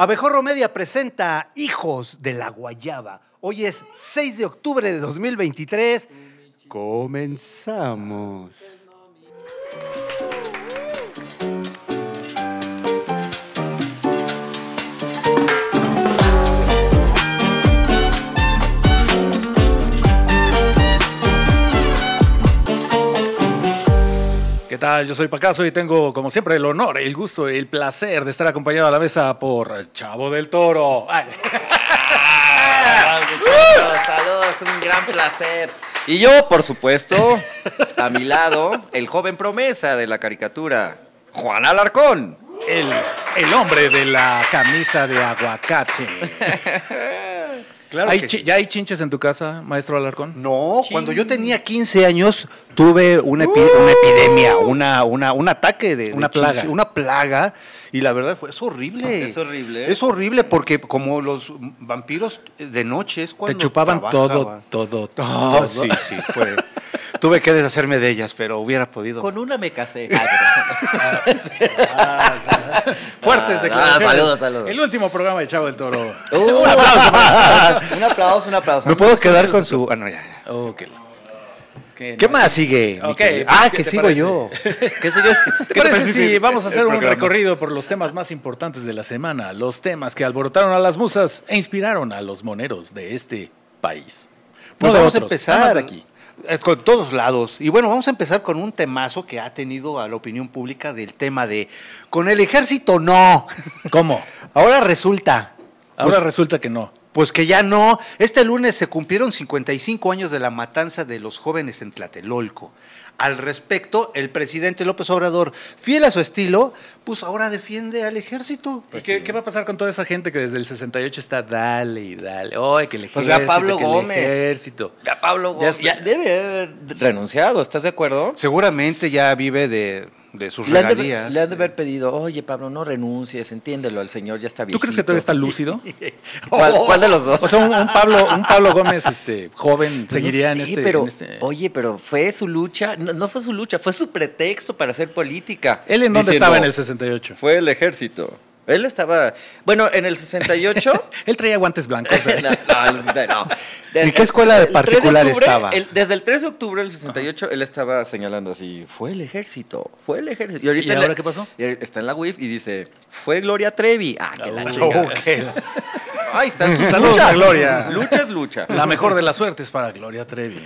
Abejorro Media presenta Hijos de la Guayaba. Hoy es 6 de octubre de 2023. Comenzamos. ¿Qué tal? Yo soy Pacaso y tengo, como siempre, el honor, el gusto, el placer de estar acompañado a la mesa por Chavo del Toro. Ay. Saludos, muchachos, saludos, un gran placer. Y yo, por supuesto, a mi lado, el joven promesa de la caricatura, Juan Alarcón. El, el hombre de la camisa de aguacate. Claro ¿Hay que chi- sí. ¿Ya hay chinches en tu casa, maestro Alarcón? No, cuando yo tenía 15 años tuve una, epi- una epidemia, una, una- un ataque de, de Una plaga. chinche, una plaga. Y la verdad fue, es horrible. Es horrible. Es horrible porque como los vampiros de noche es cuando Te chupaban trabajaban. todo, todo, todo. Oh, sí, sí, fue. Tuve que deshacerme de ellas, pero hubiera podido. Con una me casé. Fuertes Ah, declaraciones. saludos, saludos. El último programa de Chavo del Toro. Uh, un aplauso, un aplauso, un aplauso. Me puedo quedar con su. Ah, no, ya, ya. Oh, qué- qué ¿Qué no- más sigue? mi Ok, querido? pues, ah, ¿qué que te sigo parece? yo. ¿Qué sigues? ¿Qué parece si vamos a hacer El un programa. recorrido por los temas más importantes de la semana, los temas que alborotaron a las musas e inspiraron a los moneros de este país? Pues No de vamos otros, a empezar. nada más de aquí. Eh, Con todos lados. Y bueno, vamos a empezar con un temazo que ha tenido a la opinión pública del tema de con el ejército no. ¿Cómo? Ahora resulta. Ahora Pues- resulta que no. Pues que ya no. Este lunes se cumplieron 55 años de la matanza de los jóvenes en Tlatelolco. Al respecto, el presidente López Obrador, fiel a su estilo, pues ahora defiende al ejército. pues ¿Y qué, qué va a pasar con toda esa gente que desde el 68 está dale y dale? ¡Ay, que el ejército! Pues ve a Pablo que el Gómez. ejército! Ya Pablo Gómez. Ya Ya está. debe haber renunciado, ¿estás de acuerdo? Seguramente ya vive de, de sus Le han, de, regalías. le han de haber pedido, oye Pablo, no renuncies, entiéndelo, el señor ya está Oh. ¿Tú viejito. crees que todavía está lúcido? ¿Cuál, cuál de los dos? O sea, un, un Pablo, un Pablo Gómez este, joven Pues no seguiría en, sé, este, pero, en este- Oye, pero fue su lucha, no, no fue su lucha, fue su pretexto para hacer política. ¿Él en dónde Dice, estaba no, en el 68? Fue el ejército. Él estaba, bueno, en el 68. Él traía guantes blancos. ¿eh? no, no, no, no. ¿En qué escuela de El 3 particular octubre, estaba? el- desde el 3 de octubre del 68, él estaba señalando así, fue el ejército, fue el ejército. Y, ahorita ¿Y en ahora la- qué pasó? y Está en la WIF y dice, fue Gloria Trevi. Ah, que la Oh. chingada. Ahí está su Saludos a Gloria. Lucha es lucha. La mejor de las suertes para Gloria Trevi.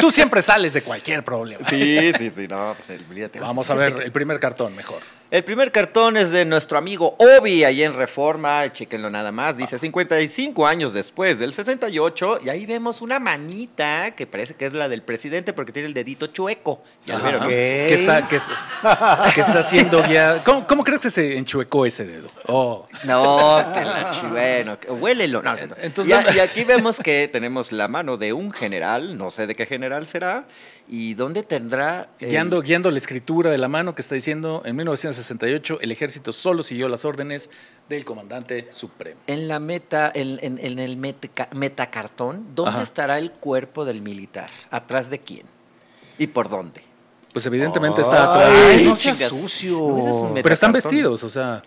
Tú siempre sales de cualquier problema. Sí, sí, sí, no, pues olvídate. Vamos a ver el primer cartón mejor. El primer cartón es de nuestro amigo Obi, ahí en Reforma, chequenlo nada más, dice 55 años después del 68, y ahí vemos una manita que parece que es la del presidente porque tiene el dedito chueco. Ya lo Ajá. Ah. vieron, ¿no? Que está, que, es- que está siendo guiado. ¿Cómo, cómo crees que se enchuecó ese dedo? Oh, No, que la chi- bueno, que- huélelo. No, no es cierto. Entonces, y, a- ¿dónde- y aquí vemos que tenemos la mano de un general, no sé de qué general será, y dónde tendrá... Eh. el- guiando, guiando la escritura de la mano que está diciendo, en 1968 el ejército solo siguió las órdenes del comandante supremo. En la meta, en, en- en el meteca- metacartón, ¿dónde Ajá. estará el cuerpo del militar? ¿Atrás de quién? ¿Y por dónde? Pues evidentemente está atrás. Ay, Ay, no seas chingas. sucio. No, ese es un Pero están metacartón. vestidos, o sea,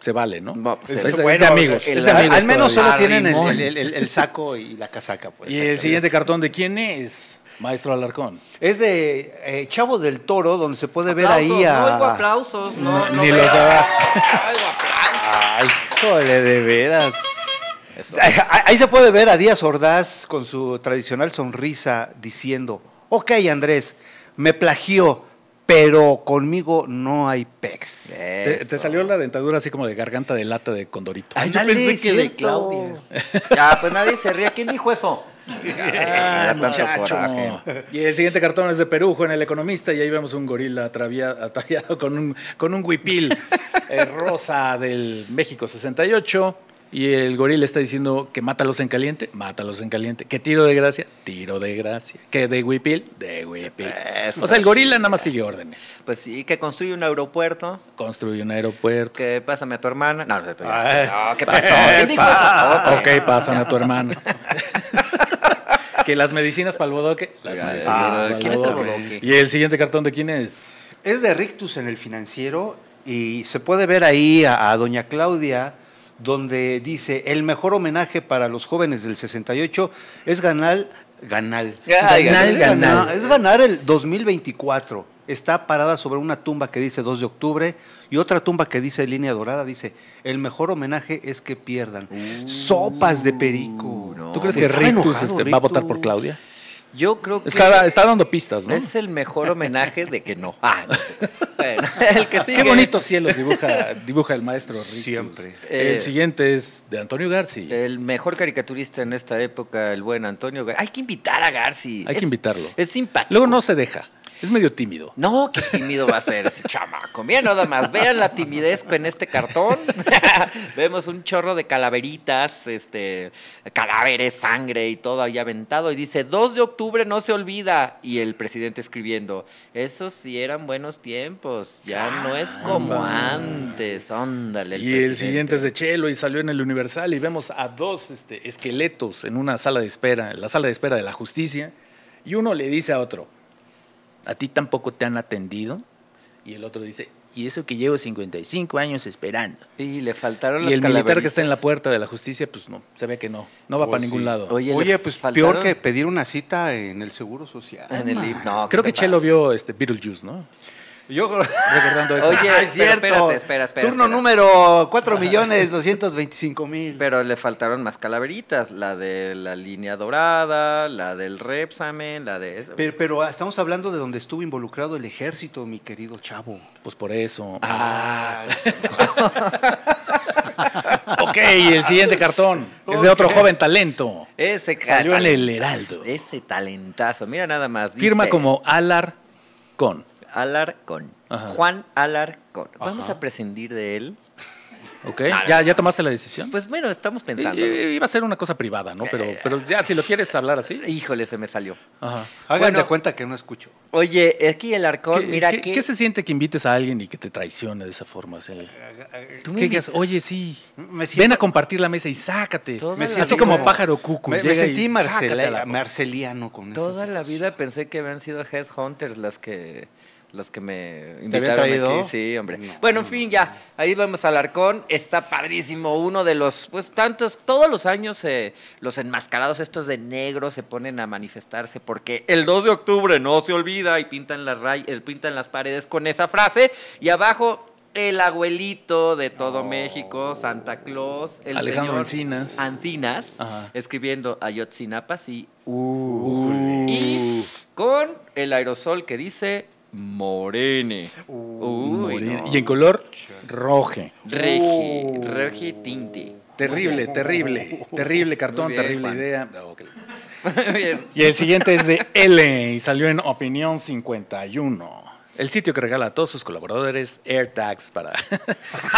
se vale, ¿no? No, pues, es, el- es de bueno, amigos. el- es de Al- amigos al menos todavía. solo tienen el, Arrimón. el- el- el saco y la casaca. Pues, Y el siguiente cartón de quién es, maestro Alarcón. Es de eh, Chavo del Toro, donde se puede ver ahí Aplausos, No oigo a. aplausos, no, no Ni veo. los habrá. Ay, jole, de veras. Ahí, ahí se puede ver a Díaz Ordaz con su tradicional sonrisa diciendo: Ok, Andrés, me plagió, pero conmigo no hay pex. Te, te Eso. salió la dentadura así como de garganta de lata de condorito. Ay, yo Ándale, pensé que de cierto. Claudia. Ya, pues nadie se ría. ¿Quién dijo eso? Ah, Ya tanto coraje. Y el siguiente cartón es de Perujo en El Economista y ahí vemos un gorila atravia- ataviado con un, con un huipil eh, rosa del México 68. Y el gorila está diciendo que mátalos en caliente, mátalos en caliente. Que tiro de gracia, tiro de gracia. Que de huipil, de huipil. Eso. O sea, el gorila nada más sigue órdenes. Pues sí, que construye un aeropuerto. Construye un aeropuerto. Que pásame a tu hermana. No, no, no, Ay. no, ¿qué pasó? ¿Quién dijo eso? Otra. Ok, pásame a tu hermana. que las medicinas para el bodoque. Las Oiga, medicinas ah, pa'l ¿quién es el bodoque. bodoque? Y el siguiente cartón de quién es? Es de Rictus en el financiero y se puede ver ahí a, a doña Claudia donde dice, el mejor homenaje para los jóvenes del 68 es ganar, ganar, Ay, ganar, es ganar. ganar, es ganar el 2024. Está parada sobre una tumba que dice 2 de octubre y otra tumba que dice línea dorada, dice, el mejor homenaje es que pierdan. Sopas de perico. Uh, no. ¿Tú crees que Estaba Rictus enojado, este, va a votar Rictus. por Claudia? Yo creo que Está, está dando pistas, ¿no? es el mejor homenaje de que no. Ah, no sé. Bueno, el que sigue. Qué bonitos cielos dibuja, dibuja el maestro Rictus. Siempre. Eh, el siguiente es de Antonio Garci. Eh. El mejor caricaturista en esta época, el buen Antonio Gar- Hay que invitar a Garci. Hay que Es- invitarlo. Es simpático. Luego no se deja. Es medio tímido. No, qué tímido va a ser ese chamaco. Mira nada más, vean la timidez en este cartón. Vemos un chorro de calaveritas, este, cadáveres, sangre y todo ahí aventado. Y dice, 2 de octubre no se olvida. Y el presidente escribiendo, esos sí eran buenos tiempos, ya no es como antes. Ándale. y el presidente. siguiente es de Chelo y salió en el Universal y vemos a dos este, esqueletos en una sala de espera, en la sala de espera de la justicia, y uno le dice a otro, a ti tampoco te han atendido, y el otro dice, y eso que llevo 55 años esperando. Y le faltaron las Y el militar que está en la calaveritas. puerta de la justicia, pues no, se ve que no, no va Pues para sí. ningún lado. Oye, le Oye, pues faltaron peor que pedir una cita en el Seguro Social. en el man. himno. No, ¿qué Creo te que Chelo pasa? vio este, Beetlejuice, ¿no? Yo creo- Recordando eso. Oye, Ah, pero espérate, espera, espera, Turno espera. número 4 millones 225 mil. Pero le faltaron más calaveritas, la de la línea dorada, la del Repsamen, la de esa. Pero, pero ah, estamos hablando de donde estuvo involucrado el ejército, mi querido chavo. Pues por eso. Ah, Ah, Ok, y el siguiente cartón es de Ok. otro joven talento. ese ca- Salió en el talentazo, Heraldo. Ese talentazo, mira nada más. dice Firma como Alar Con. Alarcón. Ajá. Juan Alarcón. Vamos Ajá. a prescindir de él. ¿Ok? ¿Ya, ¿Ya tomaste la decisión? Pues bueno, Eh, estamos pensando. I- Iba a ser una cosa privada, ¿no? Pero, pero ya, si lo quieres hablar así. Híjole, se me salió. Ajá. hagan Bueno. de cuenta que no escucho. Oye, aquí el Arcón, ¿Qué, mira qué- que qué se siente que invites a alguien y que te traicione de esa forma? así? Tú Que digas, oye, sí, ¿Mm? Me ven siento- a compartir la mesa y sácate. Toda me la siento Así como vida- pájaro cucu. Me, me llega y sentí sácate a la marcela- boca. marceliano con esta toda la situación. vida pensé que habían sido headhunters las que las que me habían invitaron traído? aquí. Sí, hombre. No. bueno, en fin, ya. Ahí vamos al arcón. Está padrísimo. Uno de los, pues tantos, todos los años eh, los enmascarados estos de negro se ponen a manifestarse porque el 2 de octubre no se olvida y pintan las, ray- eh, pintan las paredes con esa frase. Y abajo... El abuelito de todo México, Santa Claus, el Alejandro señor Encinas. Encinas, Ajá. escribiendo Ayotzinapa, sí, y con el aerosol que dice Morene. Uh, Uy, Morir. no. Y en color roje. Oh. Regi, Regi Tinti. Terrible, terrible, terrible cartón, Muy bien, terrible Juan. idea. Muy bien. Y el siguiente es de L y salió en Opinión 51. El sitio que regala a todos sus colaboradores AirTags para,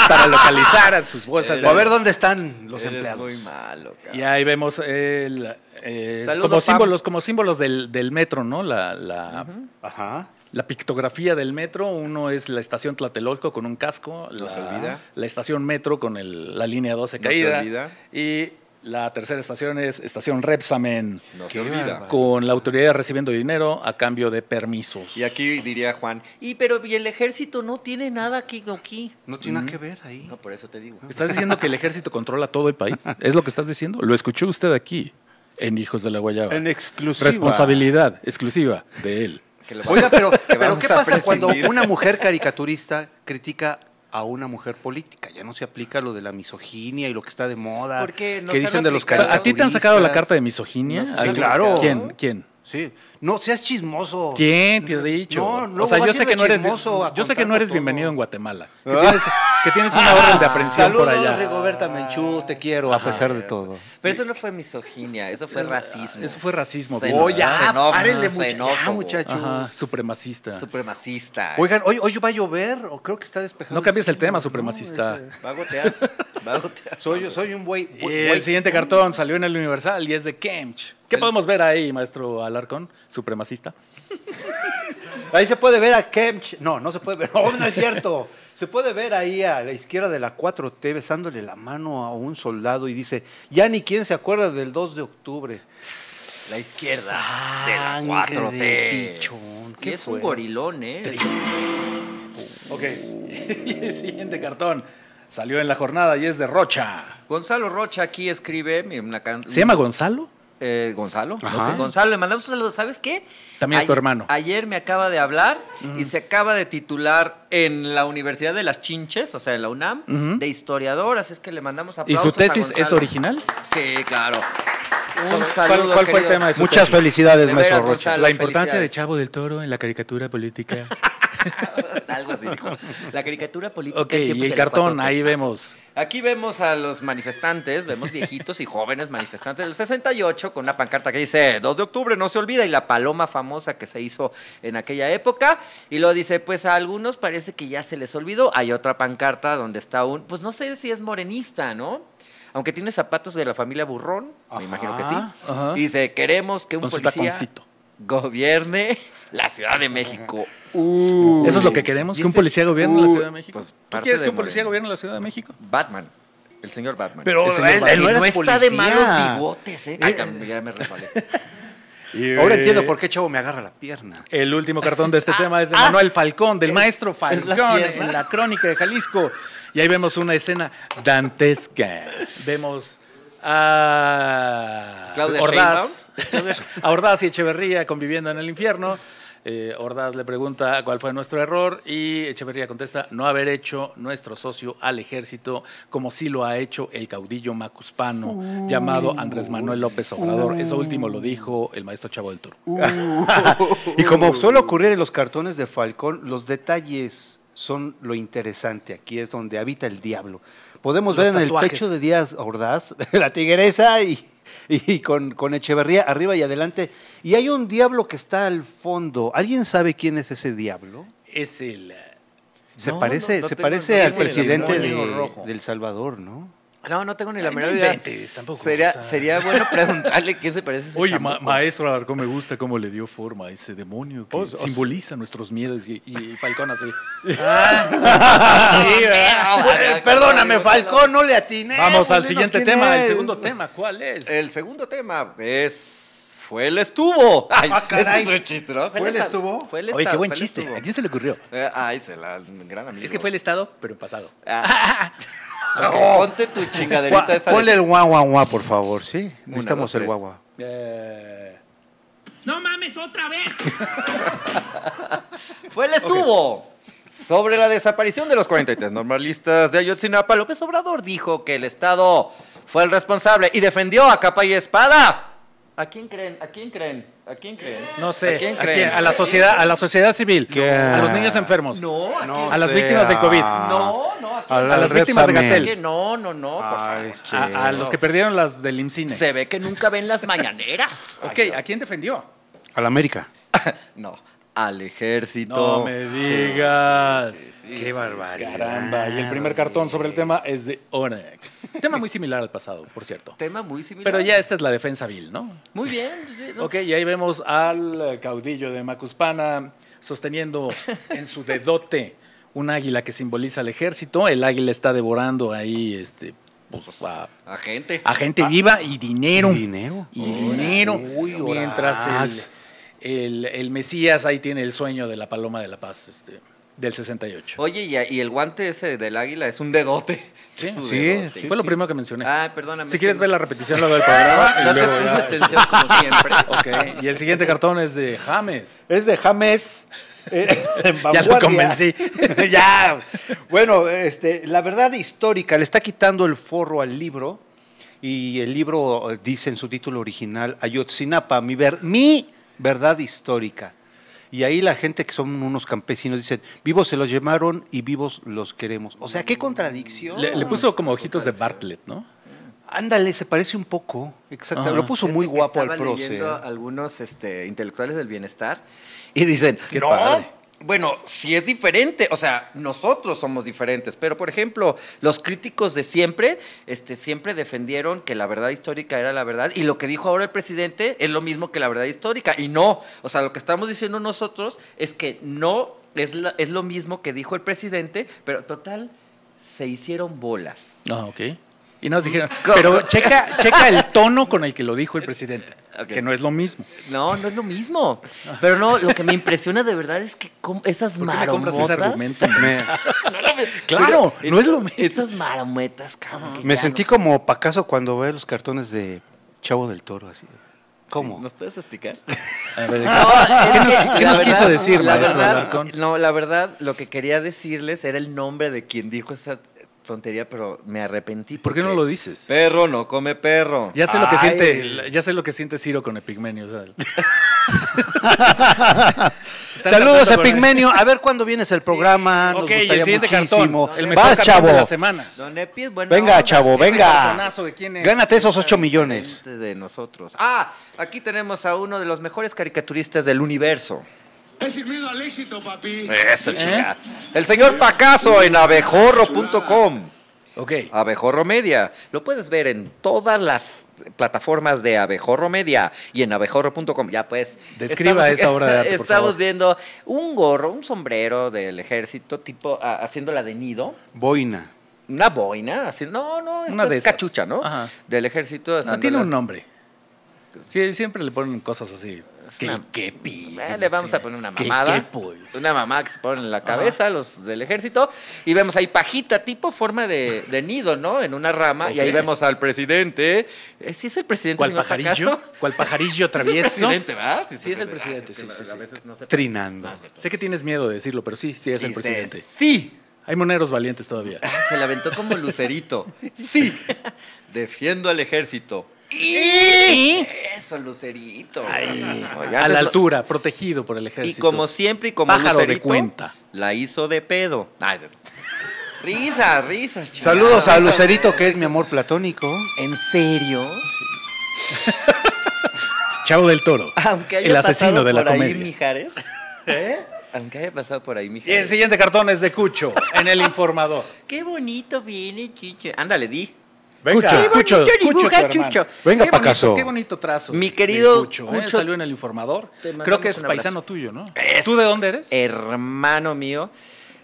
para localizar a sus bolsas. de- A ver dónde están los Eres empleados. muy malo, cara. Y ahí vemos el, eh, Saludo, como Pam. símbolos, como símbolos del, del metro, ¿no? La, la, Ajá. la pictografía del metro. Uno es la estación Tlatelolco con un casco. la, se olvida. La estación metro con el- la línea 12 No se caída. olvida. Y la tercera estación es estación Repsamen. No Qué se olvida. bárbaro. con la autoridad recibiendo dinero a cambio de permisos. Y aquí diría Juan, y pero y el ejército no tiene nada aquí aquí. No tiene nada que ver ahí. Mm. No, por eso te digo. ¿Estás diciendo que el ejército controla todo el país? ¿Es lo que estás diciendo? Lo escuchó usted aquí, en Hijos de la Guayaba. En exclusiva. Responsabilidad exclusiva de él. Que lo- Oiga, pero, pero vamos ¿qué a pasa cuando prescindir. una mujer caricaturista critica a una mujer política? Ya no se aplica lo de la misoginia y lo que está de moda. ¿Por qué? Nos Que han dicen de los aplicado- ¿A caricaturistas. ti te han sacado la carta de misoginia? No, sí, ¿Alguien? claro. ¿Quién? ¿Quién? Sí. No, seas chismoso. ¿Quién te ha dicho? No, luego o sea, vas yo sé siendo que no eres, chismoso a yo sé que no contarlo eres todo. bienvenido en Guatemala. Que Ah. tienes, que tienes una orden de aprehensión Saludos, por allá. Rigoberta Menchú, te quiero Ah, a pesar de todo. Pero eso no fue misoginia, eso fue racismo. Eso fue racismo. Se- bien. Oh, ya, Xenófobo, párenle, mucha- ya, xenófobo. muchachos. Ajá, supremacista. Supremacista. Oigan, hoy, hoy va a llover, o creo que está despejado. No cambies el cielo, tema, ¿no? supremacista. Ese- Va a gotear, va a gotear. Soy, soy un güey. Y güey- el siguiente cartón salió en el Universal y es de Kemch. ¿Qué podemos ver ahí, maestro Alarcón? Supremacista. Ahí se puede ver a Kemch. No, no se puede ver. Oh, No, no es cierto. Se puede ver ahí a la izquierda de la 4T besándole la mano a un soldado y dice, ya ni quién se acuerda del 2 de octubre. La izquierda Sangre de pichón, Que qué es un fuerte. gorilón, ¿eh? Ok. y el siguiente cartón salió en la jornada y es de Rocha. Gonzalo Rocha aquí escribe mira, una can- ¿Se llama Gonzalo? Eh, Gonzalo. Ajá. Ok, Gonzalo, le mandamos un saludo. ¿Sabes qué? También es tu Ay- hermano. Ayer me acaba de hablar y se acaba de titular en la Universidad de las Chinches, o sea, en la UNAM, Ujú. de historiador. Así es que le mandamos ¿Y aplausos. su tesis a Gonzalo. es original? Sí, claro. Un ¿Cuál- saludo, ¿Cuál fue el querido. tema de su Muchas tesis? felicidades, De maestro veras, Rocha. Gonzalo. La importancia de Felicidades. Chavo del Toro en la caricatura política. Algo así dijo. La caricatura política. ok, en tiempos y de el la cartón, 4T. ahí vemos. Aquí vemos a los manifestantes, vemos viejitos y jóvenes manifestantes del 68 con una pancarta que dice 2 de octubre, no se olvida, y la paloma famosa que se hizo en aquella época. Y lo dice, pues a algunos parece que ya se les olvidó. Hay otra pancarta donde está un, pues no sé si es morenista, ¿no? Aunque tiene zapatos de la familia Burrón, Ajá. me imagino que sí. Ajá. Y dice, queremos que un Con su policía taconcito. gobierne la Ciudad de México. Eso es lo que queremos, que un ¿Viste? policía gobierne la Uy, Ciudad de México. pues, ¿Tú parte quieres de que un policía Morena. gobierne la Ciudad de México? Batman, el señor Batman. Pero El señor él, Batman. él no Y era está de malos policía. bigotes, ¿eh? Eh, Ay, cabrón, ya me resbalé. Ahora entiendo por qué Chavo me agarra la pierna. El último cartón de este tema es de Manuel Falcón, del maestro Falcón, pierna. en la crónica de Jalisco. Y ahí vemos una escena dantesca. Vemos a Claudia Ordaz, a Ordaz y Echeverría conviviendo en el infierno. Eh, Ordaz le pregunta cuál fue nuestro error y Echeverría contesta no haber hecho nuestro socio al ejército como sí lo ha hecho el caudillo macuspano llamado Andrés Manuel López Obrador. Eso último lo dijo el maestro Chavo del Toro. Y como suele ocurrir en los cartones de Falcón, los detalles son lo interesante. Aquí es donde habita el diablo. Podemos Los ver en tatuajes. el pecho de Díaz Ordaz, la tigresa y, y con, con Echeverría arriba y adelante. Y hay un diablo que está al fondo. ¿Alguien sabe quién es ese diablo? Es el... eh, Se No, parece, no, no se tengo- parece no al tengo ni la presidente menor idea. de- Rojo. del Salvador, ¿no? No, no tengo ni la Ay, no menor idea. inventes, tampoco, Sería, o sea. sería bueno preguntarle qué se parece a ese Oye, ma- chamaco. Oh, maestro Alarcón, me gusta cómo le dio forma a ese demonio que Os- os- simboliza nuestros miedos. Y, y Ah. Falcón así. Sí, ¿verdad? Perdóname, Falcón, no le atiné. Vamos pues, al dinos siguiente quién tema, el es. segundo tema. ¿Cuál es? El segundo tema es... Fue el estuvo. Ay, Ah, caray. ese es un chiste, ¿no? ¿Fue el esta- estuvo? Fue el Oye, esta- qué buen fue el chiste. estuvo. ¿A quién se le ocurrió? Eh, Ay, se la... Gran amigo. Es que fue el Estado, pero en pasado. Ah. Ok, Ponte tu chingaderita esa de- Ponle el guau, guau, guau, por favor, ¿sí? Necesitamos dos, el tres. guau, guau. Eh, ¡No mames otra vez! Fue el estuvo. Sobre la desaparición de los 43 normalistas de Ayotzinapa, López Obrador dijo que el Estado fue el responsable y defendió a capa y espada. ¿A quién creen? ¿A quién creen? ¿A quién creen? no sé. ¿A quién ¿a, creen? quién? A la sociedad, a la sociedad civil. ¿Qué? A los niños enfermos. No, ¿a No a las sea. víctimas del COVID. quién? No, no, ¿a quién? A la- las víctimas de ¿A Gatel. quién? No, no, no, por favor. A, a los que perdieron las del IMCINE. Se ve que nunca ven las mañaneras. Ok, ¿a quién defendió? A la América. No, al ejército. No me digas. Qué barbaridad. Caramba, y el primer cartón sobre el tema es de Onyx. Tema muy similar al pasado, por cierto. Tema muy similar. Pero ya esta es la defensa vil, ¿no? Muy bien. sí, no. Ok, y ahí vemos al eh, caudillo de Macuspana sosteniendo en su dedote un águila que simboliza al ejército. El águila está devorando ahí este, pues, a, A gente. a gente viva y dinero. Dinero. Y dinero. Uy, mientras Onyx. el, el- el Mesías ahí tiene el sueño de la Paloma de la Paz este, del 68. Oye, y, y el guante ese del águila es un dedote. Sí, Es un sí, dedote. Fue lo primero que mencioné. Ah, perdóname. Si es quieres que ver no- la repetición luego del programa y No te luego puse ya- atención como siempre. Ok, y el siguiente cartón es de James. Es de James. eh, en Ya lo vanguardia. convencí. ya. Bueno, este, la verdad histórica le está quitando el forro al libro y el libro eh, dice en su título original Ayotzinapa, mi, ver- mi verdad histórica. Y ahí la gente que son unos campesinos dicen, vivos se los llamaron y vivos los queremos. O sea, qué contradicción. Le, le puso como ojitos de Bartlett, ¿no? Ándale, se parece un poco. Exactamente. Ajá. Lo puso muy Fíjate que guapo al estaba proce. ¿eh? leyendo a algunos este, intelectuales del bienestar y dicen, Qué no, padre". bueno, si es diferente, o sea, nosotros somos diferentes, pero por ejemplo, los críticos de siempre, este, siempre defendieron que la verdad histórica era la verdad y lo que dijo ahora el presidente es lo mismo que la verdad histórica y no, o sea, lo que estamos diciendo nosotros es que no es, la- es lo mismo que dijo el presidente, pero total, se hicieron bolas. Ah, ok. Y nos dijeron, pero checa, checa el tono con el que lo dijo el presidente. Ok. que no es lo mismo. No, no es lo mismo. Pero no, lo que me impresiona de verdad es que com- esas ¿Por qué me compras marometas. ese argumento? Claro, Claro, no no es lo mismo. Esas marometas, cabrón. que Me ya sentí no- como Pacaso cuando ve los cartones de Chavo del Toro, así. ¿Cómo? ¿Nos puedes explicar? A ver, No, ¿Qué es nos, que qué la nos quiso verdad- decir, la maestro verdad, Alarcón? No, la verdad, lo que quería decirles era el nombre de quien dijo esa tontería, pero me arrepentí. ¿Por qué no porque lo dices? Perro no come perro. Ya sé lo que Ay. siente, ya sé lo que siente Ciro con Epigmenio. o sea, Están Saludos tratando a con él. Pigmenio. A ver cuándo vienes el Ah, programa. Nos Ok, y el gustaría siguiente muchísimo. cartón. El mejor Vas, cartón chavo. de la semana. Don Epi es buena Venga, onda. chavo, Ese Ah. venga. cartonazo de quién es. Gánate esos 8 millones. De nosotros. Ah, aquí tenemos a uno de los mejores caricaturistas del universo. Es sin miedo al éxito, papi. ¿Eh? Eso, chica. El señor Pacaso en abejorro.com. Ok. Abejorro Media. Lo puedes ver en todas las plataformas de Abejorro Media y en abejorro.com. Ya pues. Describa esa obra de arte, por Estamos favor. viendo un gorro, un sombrero del ejército, tipo ah, haciéndola de nido. Boina. Una boina, así, no, no, esta Una de es esas. cachucha, ¿no? Ajá. Del ejército. No, haciéndola- tiene un nombre. Sí, siempre le ponen cosas así. Es Que una- el kepi. Eh, que le no vamos sé, a poner una que el mamada. kepo. Una mamá que se pone en la cabeza, los del ejército. Y vemos ahí pajita, tipo forma de, de nido, ¿no? En una rama. Y ahí Ok. vemos al presidente. Eh, ¿Sí es el presidente? ¿Cuál señor pajarillo? Pacaso? ¿Cuál pajarillo Es el travieso? presidente, ¿verdad? Sí, es el presidente, sí, sí, A sí. veces no se- Trinando. Sé que tienes miedo de decirlo, pero sí, sí es el Dice, presidente. Sí. Hay moneros valientes todavía. Se la aventó como lucerito. Sí. Defiendo al ejército. Eso, lucerito. Oye, Eh, a antes la lo- altura, protegido por el Y ejército. como siempre y como Pájaro de Lucerito, cuenta. la hizo de pedo. Ay, de- risas, risas, chingada. Saludos a Risas. Lucerito, que es mi amor platónico. ¿En serio? Chavo del Toro. Aunque haya el asesino pasado de la por ahí, comedia. Mijares. ¿Eh? Aunque haya pasado por ahí, Y el Mijares. siguiente cartón es de Cucho, en el informador. Qué bonito viene, Chicho. Ándale, di. Cucho, Cucho, bonito Cucho, dibuja, tu hermano. Chucho. Venga, Qué bonito, Pacaso. Qué bonito trazo. Mi de querido Cucho, ¿eh? Cucho, Salió en el informador. te mandamos Creo que es un abrazo. paisano tuyo, ¿no? Es- ¿Tú de dónde eres? Hermano mío.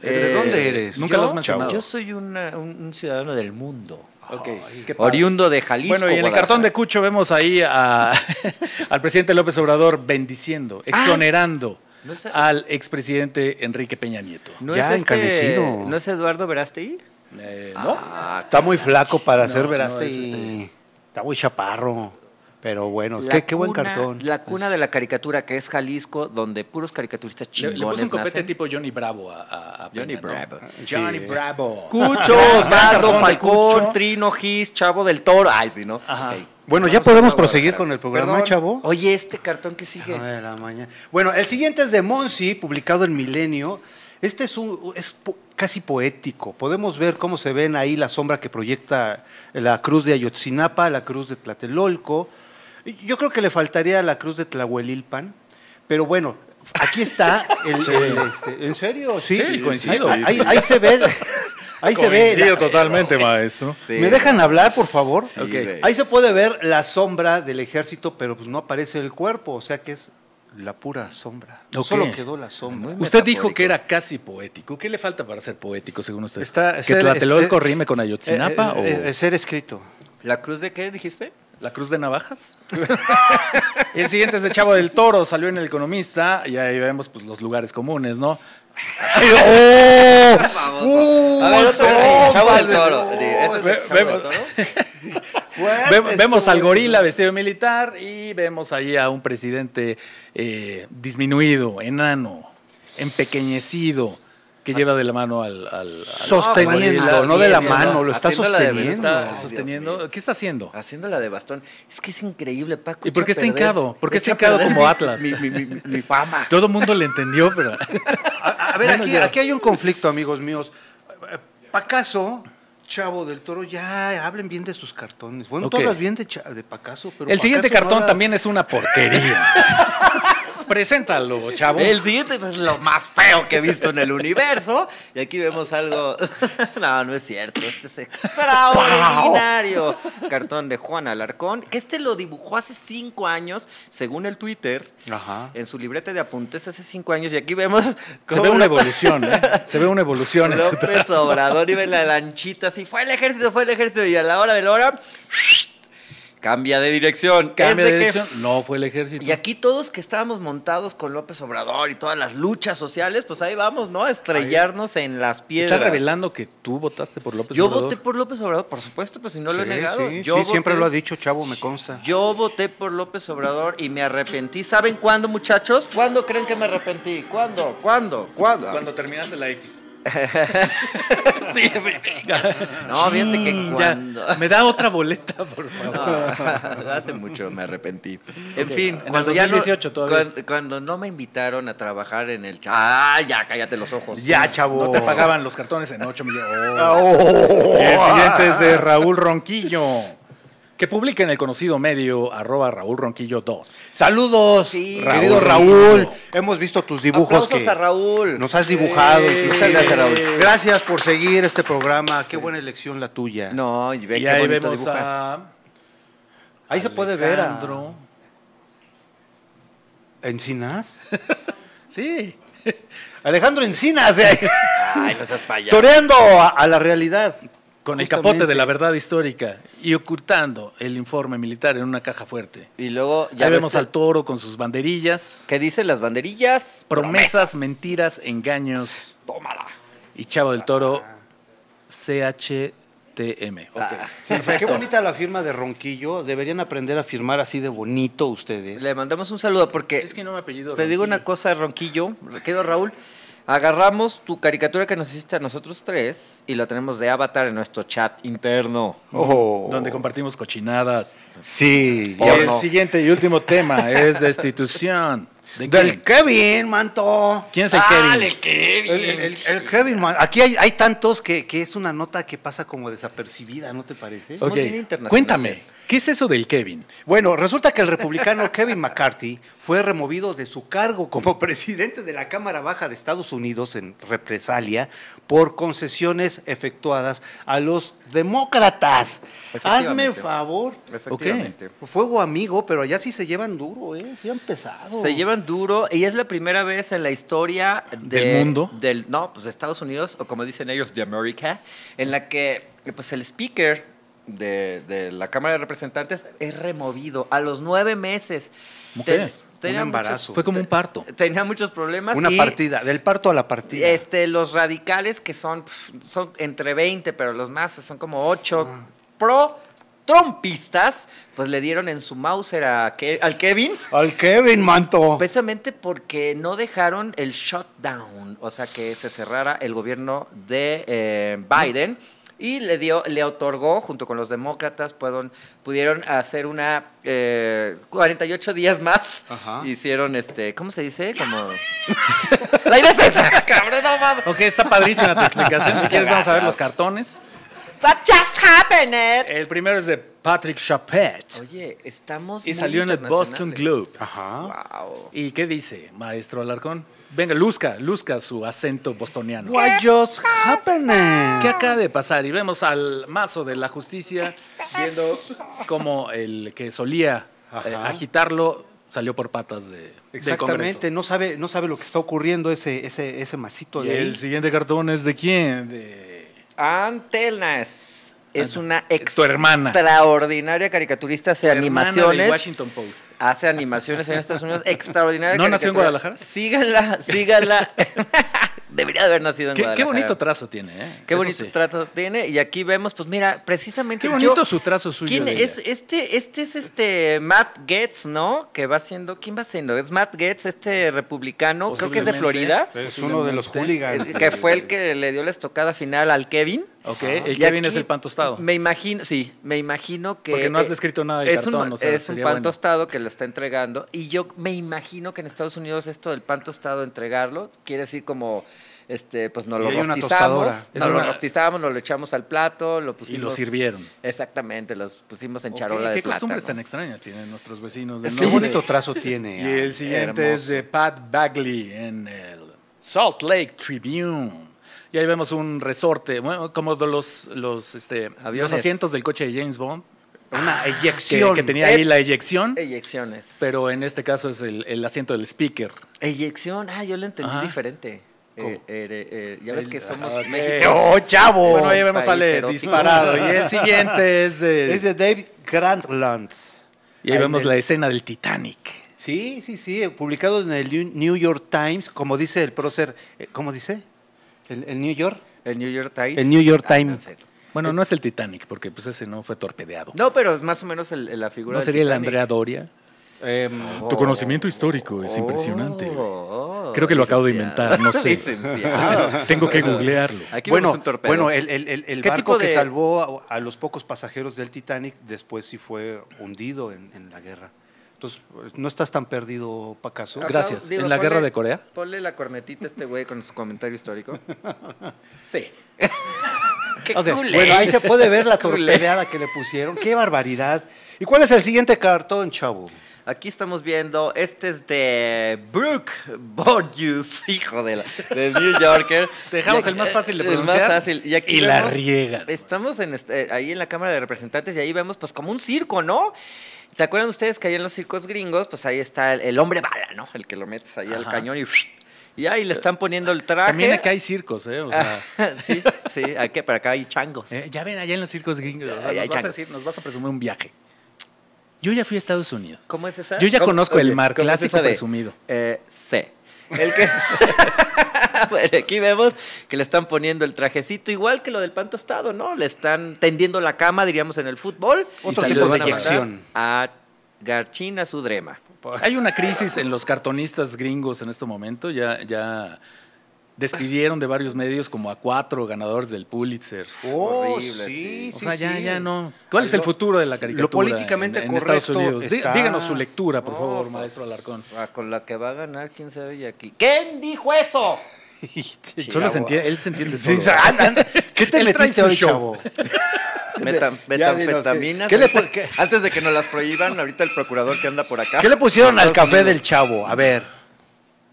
Eh, ¿De dónde eres? nunca yo- lo has mencionado. Yo soy una- un, un ciudadano del mundo. Ok, qué padre. Oriundo de Jalisco. Bueno, y en el Guadalajara. cartón de Cucho vemos ahí a- al presidente López Obrador bendiciendo, exonerando Ah. No sé. al expresidente Enrique Peña Nieto. ¿No Ya es este, encanecido. ¿No es Eduardo Verástegui? Eh, ¿No? Ah, Está muy flaco para ser no, veraste. es Está muy chaparro. Pero bueno, este. La qué, qué buen cuna- cartón. La cuna de la caricatura que es Jalisco, donde puros caricaturistas Le, chingones le puso un copete nacen. tipo Johnny Bravo a, a- a Johnny Peña, ¿no? Bravo. Johnny Sí. Bravo. Cucho, Gran Osvaldo, cartón de Falcón, Cucho. Trino, Gis, Chavo del Toro. Ay, sí, ¿no? Ajá. Ok. Bueno, ya Vamos podemos a Guadalajara. proseguir con el programa, Perdón. chavo. Oye, este cartón que sigue. Nueve de la mañana. Bueno, el siguiente es de Monsi, publicado en Milenio. Este es, un, es po- casi poético. Podemos ver cómo se ven ahí la sombra que proyecta la cruz de Ayotzinapa, la cruz de Tlatelolco. Yo creo que le faltaría la cruz de Tlahuelilpan, pero bueno, aquí está. el- el, este, ¿En serio? Sí, Sí, coincido. Ahí, ahí- ahí se ve. Ahí se ve. la- totalmente, maestro. Sí. ¿Me dejan hablar, por favor? Sí, Ok. güey. Ahí se puede ver la sombra del ejército, pero pues no aparece el cuerpo, o sea que es la pura sombra. Ok. Solo quedó la sombra. Muy Usted metafórico. dijo que era casi poético. ¿Qué le falta para ser poético, según usted? Está- ¿Que ser- Tlatelolco este- rime con Ayotzinapa Eh, eh, o eh, ser escrito. ¿La cruz de qué dijiste? la Cruz de Navajas? y el siguiente es de Chavo del Toro, salió en El Economista, y ahí vemos pues, los lugares comunes, ¿no? oh. A ver, otro. sopas Chavo del de Toro. Dios. ¿Ese es el Ve- Chavo del vemos- Toro? Ve- Fuerte vemos estuvo. al gorila vestido de militar y vemos ahí a un presidente eh, disminuido, enano, empequeñecido, que lleva de la mano al... al- al- Sosteniendo, al gorila, no de la sosteniendo, mano, lo está Haciéndola de sosteniendo. verdad. Está Ay, Dios sosteniendo. mío. ¿Qué está haciendo? Haciéndola de bastón. Es que es increíble, Paco. ¿Y por echa qué a está perder- hincado? ¿Por qué echa está hincado a perder como mi- Atlas? Mi, mi- mi- mi fama. Todo el mundo le entendió, pero... A, Ah, a ver, aquí, aquí hay un conflicto, amigos míos. Pacaso, Chavo del Toro, ya hablen bien de sus cartones. Bueno, Ok. tú hablas bien de, Cha- de Pacaso, pero. El siguiente Pacaso no cartón habla- también es una porquería. Preséntalo, chavo. El siguiente es lo más feo que he visto en el universo. Y aquí vemos algo. No, no es cierto. Este es extraordinario. Cartón de Juan Alarcón. Que este lo dibujó hace cinco años, según el Twitter. Ajá. En su libreta de apuntes hace cinco años. Y aquí vemos. Se cómo ve una López- evolución, ¿eh? Se ve una evolución. en su López trazo. Obrador iba en la lanchita así. Fue el ejército, fue el ejército. Y a la hora de la hora. Cambia de dirección. Cambia Es de que- dirección. No fue el ejército. Y aquí todos que estábamos montados con López Obrador y todas las luchas sociales, pues ahí vamos, ¿no? A estrellarnos en las piedras. Estás revelando que tú votaste por López Yo Obrador. voté por López Obrador, por supuesto, pues si no lo he Sí, negado. sí, Yo sí, siempre voté- lo ha dicho, chavo, me consta. Yo voté por López Obrador y me arrepentí. ¿Saben cuándo, muchachos? ¿Cuándo creen que me arrepentí? ¿Cuándo? ¿Cuándo? ¿Cuándo? Cuando terminaste la X. Sí, sí. No, fíjate que cuando. Mm, me da otra boleta, por favor. No, Ah, hace mucho me arrepentí. En fin, En cuando el ya 2018 no, todavía. cuan- Cuando, no me invitaron a trabajar en el. Ah, ya, cállate los ojos. Ya, chavo. No te pagaban los cartones en 8 millones. Oh. Ah, oh. El siguiente es de Raúl Ronquillo, que publica en el conocido medio arroba Raúl Ronquillo 2. Saludos, Sí. querido Raúl. Raúl. Hemos visto tus dibujos Aplausos que a Raúl. nos has dibujado. Sí. inclusive. Gracias, Raúl. Gracias por seguir este programa. Qué buena elección la tuya. No, y ve y qué ahí bonito vemos dibuja. a Ahí se puede ver a Alejandro. Encinas. Sí. Alejandro Encinas, eh, Ay, no seas payaso. toreando a, a la realidad. Con el Justamente. capote de la verdad histórica y ocultando el informe militar en una caja fuerte. Y luego ya Ya ves vemos al toro con sus banderillas, ¿Qué dicen las banderillas? promesas, mentiras, engaños. Tómala. Y Chavo del Toro, CHTM. Ok. Sí, Qué bonita la firma de Ronquillo. Deberían aprender a firmar así de bonito ustedes. Le mandamos un saludo porque Es que no me apellido. te digo una Ronquillo. cosa, Ronquillo, querido Raúl. Agarramos tu caricatura que nos hiciste a nosotros tres y la tenemos de avatar en nuestro chat interno. Oh. Donde compartimos cochinadas. Sí. Por- ya- Y el no. siguiente y último tema es destitución. ¿De Del quién? Kevin, manto. Ah, ¿Quién es el Kevin? El, el- el Kevin, man- aquí hay, hay tantos que, que es una nota que pasa como desapercibida, ¿no te parece? Somos Ok, bien internacionales. Cuéntame, ¿qué es eso del Kevin? Bueno, resulta que el republicano Kevin McCarthy fue removido de su cargo como presidente de la Cámara Baja de Estados Unidos en represalia por concesiones efectuadas a los demócratas. Hazme Efectivamente. favor. Efectivamente. Fuego amigo, pero allá sí se llevan duro, ¿eh? Sí han pesado. Se llevan duro y es la primera vez en la historia de- ¿Del mundo? Del, no, pues de Estados Unidos, o como dicen ellos, de América, en la que pues, el speaker de, de la Cámara de Representantes es removido a los nueve meses. qué? Un embarazo. Fue como un parto. muchos- tenía muchos problemas. Una y, partida, del parto a la partida. Este, los radicales que son, pf, son entre 20, pero los más son como 8 Ah. pro trompistas, pues le dieron en su Mauser a Ke- al Kevin. Al Kevin, manto. Precisamente porque no dejaron el shutdown, o sea, que se cerrara el gobierno de eh, Biden y le dio, le otorgó, junto con los demócratas, pudieron, pudieron hacer una eh, 48 días más. Ajá. Hicieron este, ¿cómo se dice? Como la idea es esa, cabrón, no mames. Ok, está padrísima tu explicación. Si quieres, vamos a ver los cartones. That just happened. eh. El primero es de Patrick Chapet. Oye, estamos Y muy salió en el Boston Globe. internacionales. Ajá. Wow. ¿Y qué dice, maestro Alarcón? Venga, luzca, luzca su acento bostoniano. What just happened? ¿Qué acaba de pasar? Y vemos al mazo de la justicia viendo cómo el que solía eh, Ajá. agitarlo salió por patas de, del Congreso. Exactamente, no sabe, no sabe lo que está ocurriendo ese, ese, ese masito Y de ahí. el siguiente cartón es de quién? De Antelnas. Es una tu hermana. extraordinaria caricaturista, hace Hermana del animaciones. Washington Post. Hace animaciones en Estados Unidos. Extraordinaria ¿No nació en caricatura. Guadalajara? Síganla, síganla. Debería de haber nacido en Qué, Guadalajara. qué bonito trazo tiene, ¿eh? Qué Eso bonito sí. trato tiene. Y aquí vemos, pues mira, precisamente Qué bonito yo- su trazo suyo. ¿Quién de es ella. este? Este es este Matt Gaetz, ¿no? Que va siendo, ¿quién va siendo? Es Matt Gaetz, este republicano, creo que es de Florida, Posiblemente. Es uno de los hooligans. el que fue el que le dio la estocada final al Kevin. Ok, Ah, Y el Kevin aquí es el pan tostado. Me imagino, sí, me imagino que. Porque no has eh, descrito nada del es cartón, Un, o sea, es un sería pan bueno. tostado que lo está entregando. Y yo me imagino que en Estados Unidos esto del pan tostado, entregarlo, quiere decir como. Este, pues nos Y lo hay una rostizamos, tostadora. Es nos lo una- rostizamos, nos lo echamos al plato, lo pusimos. sirvieron. Exactamente, los pusimos en Ok, charola de ¿Qué plata. costumbres ¿no? tan extrañas tienen nuestros vecinos del Qué norte? bonito trazo tiene. ah. Y el siguiente es hermoso. de Pat Bagley en el Salt Lake Tribune. Y ahí vemos un resorte, bueno, como de los, los, este, los Aviones. asientos del coche de James Bond, Una que, eyección. que tenía ahí Eh. la eyección, Eyecciones. pero en este caso es el, el asiento del speaker. Eyección, ah, yo lo entendí Ajá. diferente. ¿Cómo? Eh, eh, eh, ya ves que somos ok. México. ¡Oh, chavo! bueno, ahí vemos país sale erótico. disparado. Y el siguiente es de, es de David Grantland. Y ahí, Ahí vemos en el- la escena del Titanic. Sí, sí, sí, eh, publicado en el New- New York Times, como dice el prócer, eh, ¿cómo dice? ¿El, el New York? El New York Times. El New York Ah, Times. no sé. Bueno, no es el Titanic, porque pues ese no fue torpedeado. No, pero es más o menos el- el- la figura. ¿No del sería el Titanic. Andrea Doria? Em, Tu conocimiento histórico es Oh, impresionante. oh, Creo que lo acabo de licenciado. inventar, no sé. Licenciado. Tengo que googlearlo. Aquí bueno, vemos un torpedo. bueno, el, el- el- el ¿Qué tipo barco que de- salvó a, a los pocos pasajeros del Titanic después sí fue hundido en, en la guerra. Entonces, pues, no estás tan perdido, Pacaso. Aplausos. Gracias. ¿En la guerra de Corea? Ponle la cornetita a este güey con su comentario histórico. Sí. ¡Qué eh. Ok. culé! Bueno, ahí se puede ver la Culé. torpedeada que le pusieron. ¡Qué barbaridad! ¿Y cuál es el siguiente cartón, chavo? Aquí estamos viendo, este es de Brooke Bordeaux, hijo de la, del New Yorker. Te dejamos Y aquí- el más fácil de el más pronunciar fácil. Y, aquí y la vemos- riegas. Estamos en este- ahí en la Cámara de Representantes y ahí vemos pues como un circo, ¿no? ¿Se acuerdan ustedes que ahí en los circos gringos, pues ahí está el, el hombre bala, ¿no? El que lo metes ahí al Ajá. cañón y... Y ahí le están poniendo el traje. Ah. También acá hay circos, ¿eh? O sea, sí, sí, aquí, pero acá hay changos. eh, ya ven, allá en los circos gringos. o sea, Ay, ay, nos, vas a chango. decir- nos vas a presumir un viaje. Yo ya fui a Estados Unidos. ¿Cómo es esa? Yo ya ¿Cómo- conozco el mar, ¿cómo es clásico esa de, presumido. Eh, C. El que... Bueno, aquí vemos que le están poniendo el trajecito, igual que lo del pan tostado, ¿no? Le están tendiendo la cama, diríamos, en el fútbol. Otro se tipo de lo van a mandar inyección. A Garchín a su drema. Hay una crisis en los cartonistas gringos en este momento. Ya, ya despidieron de varios medios como a cuatro ganadores del Pulitzer. Oh, Horrible, sí. O sea, ya, ya no. ¿Cuál es el futuro de la caricatura? Lo políticamente en, en Estados correcto Unidos. Dí- está- Díganos su lectura, por No, favor, pues, maestro Alarcón. ah, Con la que va a ganar, quién sabe, y aquí. ¿Quién dijo eso? Solo se entie- él se entiende Sí, solo. dice, "Ah, ah, ¿Qué te Él trae metiste su hoy, show". chavo? Metam- Ya dinos, metanfetaminas. ¿qué- qué le pu- qué- Antes de que nos las prohíban, ahorita el procurador que anda por acá. ¿Qué le pusieron al Estados café Unidos. del chavo? A ver,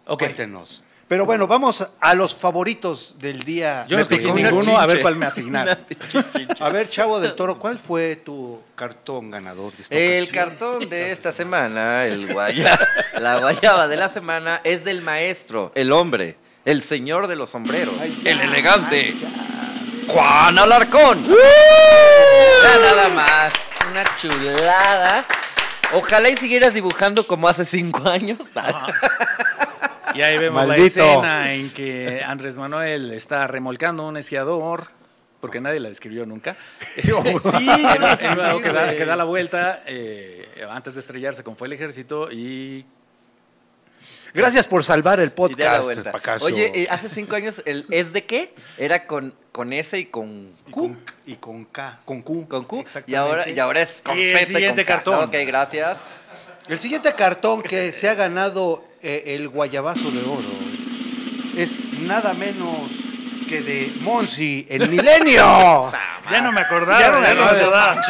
Ok. cuéntenos. Pero bueno, vamos a los favoritos del día. Yo no Me escogí picó una ninguno, chinche. a ver cuál me asignaron. A ver, Chavo del Toro, ¿cuál fue tu cartón ganador de esta El ocasión? cartón de esta semana, el guaya, la guayaba de la semana es del maestro, el hombre, el señor de los sombreros, el elegante, Juan Alarcón. Ya nada más, una chulada. Ojalá y siguieras dibujando como hace cinco años. Ah, Y ahí vemos Maldito. la escena en que Andrés Manuel está remolcando un esquiador, porque nadie la describió nunca. sí, la describí, que, da, güey. que da la vuelta eh, antes de estrellarse con fue el ejército y Gracias por salvar el Y da la podcast, vuelta. Pacaso. Oye, eh, hace cinco años el es de qué era con, con S y con Y Q. con, y con K, con Q. Con Q. Y exactamente. ahora, y ahora es con Y el Z y siguiente con K. cartón. Ok, gracias. El siguiente cartón que se ha ganado eh, el guayabazo de oro es nada menos que de Monsi, el milenio. Ah. ya no me acordaba, ya no me acordaba.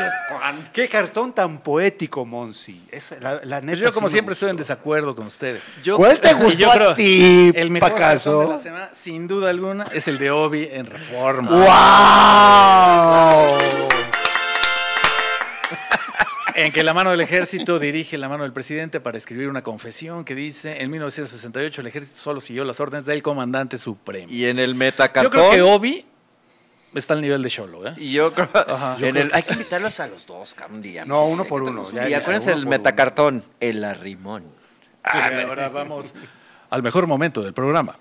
Qué cartón tan poético, Monsi. Es la, la neta, Pues yo sí como me siempre gustó. estoy en desacuerdo con ustedes. Yo- ¿Cuál te Y yo gustó creo a ti, el mejor cartón de la Pacaso? semana, sin duda alguna, es el de Obi en Reforma. ¡Wow! En que la mano del ejército dirige la mano del presidente para escribir una confesión que dice, en 1968 el ejército solo siguió las órdenes del comandante supremo. Y en el Yo creo que metacartón. Obi está al nivel de Sholo, ¿eh? Y yo creo. Ajá. Yo en creo el- que hay que invitarlos a los dos, cabrón, un día. No, uno sé, por que uno, tenemos ya, un- Y ya, acuérdense uno del por uno. metacartón, el arrimón. Ah, Y ahora vamos al mejor momento del programa.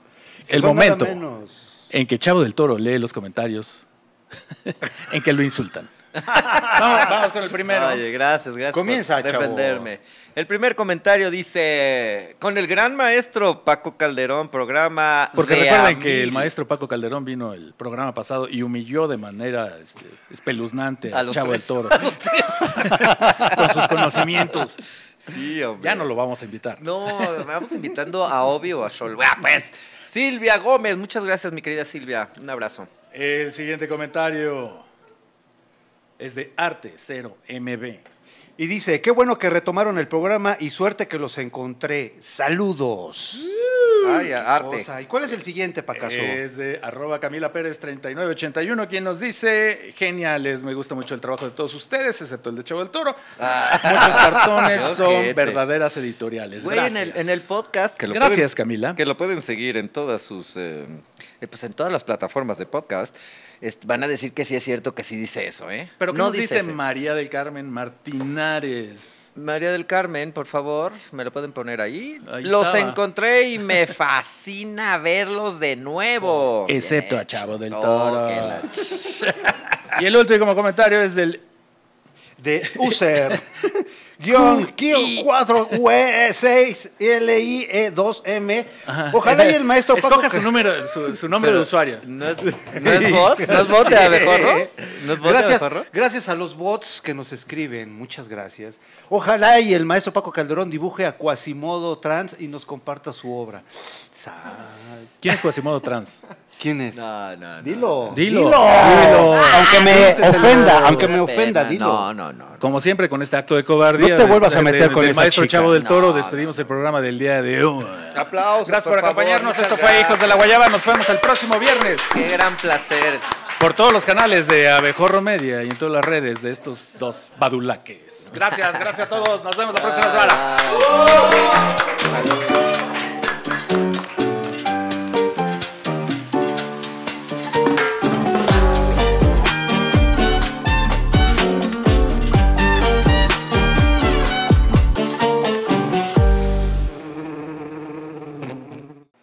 El Son nada momento menos. en que Chavo del Toro lee los comentarios en que lo insultan. vamos, vamos con el primero. Oye, gracias, gracias. Comienza, por chavo. defenderme. El primer comentario dice: Con el gran maestro Paco Calderón, programa. Porque de a recuerden que mil". el maestro Paco Calderón vino el programa pasado y humilló de manera este, espeluznante A al los Chavo tres. del Toro. con sus conocimientos. Sí, hombre. Ya no lo vamos a invitar. No, vamos invitando a Obi o a Sol. Ah, pues. Silvia Gómez, muchas gracias, mi querida Silvia. Un abrazo. El siguiente comentario es de Arte 0MB. Y dice, qué bueno que retomaron el programa y suerte que los encontré. Saludos. Ay, arte. Cosa. ¿Y cuál es el siguiente, Pacaso? Es de arroba Camila Pérez 3981, quien nos dice, geniales, me gusta mucho el trabajo de todos ustedes, excepto el de Chavo del Toro. Muchos cartones Ah. Ojete. son verdaderas editoriales. Güey, en Gracias. el, en el podcast. Que lo Gracias, pueden- Camila. Que lo pueden seguir en todas sus. eh, eh, pues en todas las plataformas de podcast. est- van a decir que sí es cierto que sí dice eso, ¿eh? Pero ¿qué no nos dice ese. María del Carmen Martinares? María del Carmen, por favor, me lo pueden poner ahí. Ahí los estaba. encontré y me fascina verlos de nuevo. Excepto Bien a Chavo del hecho. Toro. Oh, que la ch- Y el último comentario es del de user guión guión E 4 ue 6 lie 2 E m ojalá y el maestro Paco Escoja Ca- su número, su, su nombre Pero- de usuario. ¿No es, ¿No es bot? ¿No es bot de Sí. abejorro? ¿No es bot gracias, de abejorro? gracias a los bots que nos escriben, muchas gracias. Ojalá y el maestro Paco Calderón dibuje a Quasimodo Trans y nos comparta su obra. Sa- ¿Quién es Quasimodo Trans? ¿Quién es? No, no, no. Dilo, Dilo. dilo. Dilo. Aunque me Ese es el- ofenda, aunque me ofenda, Pena. dilo. No, no, no. Como siempre, con este acto de cobardía. No te de- vuelvas a de- meter de- con del esa maestro chica. Chavo del Toro. No, Despedimos el programa del día de hoy. Aplausos, Gracias por, por favor, acompañarnos. muchas Esto fue gracias. Hijos de la Guayaba. Nos vemos el próximo viernes Qué gran placer. por todos los canales de Abejorro Media y en todas las redes de estos dos badulaques. Gracias, gracias a todos. Nos vemos la próxima semana. Ay.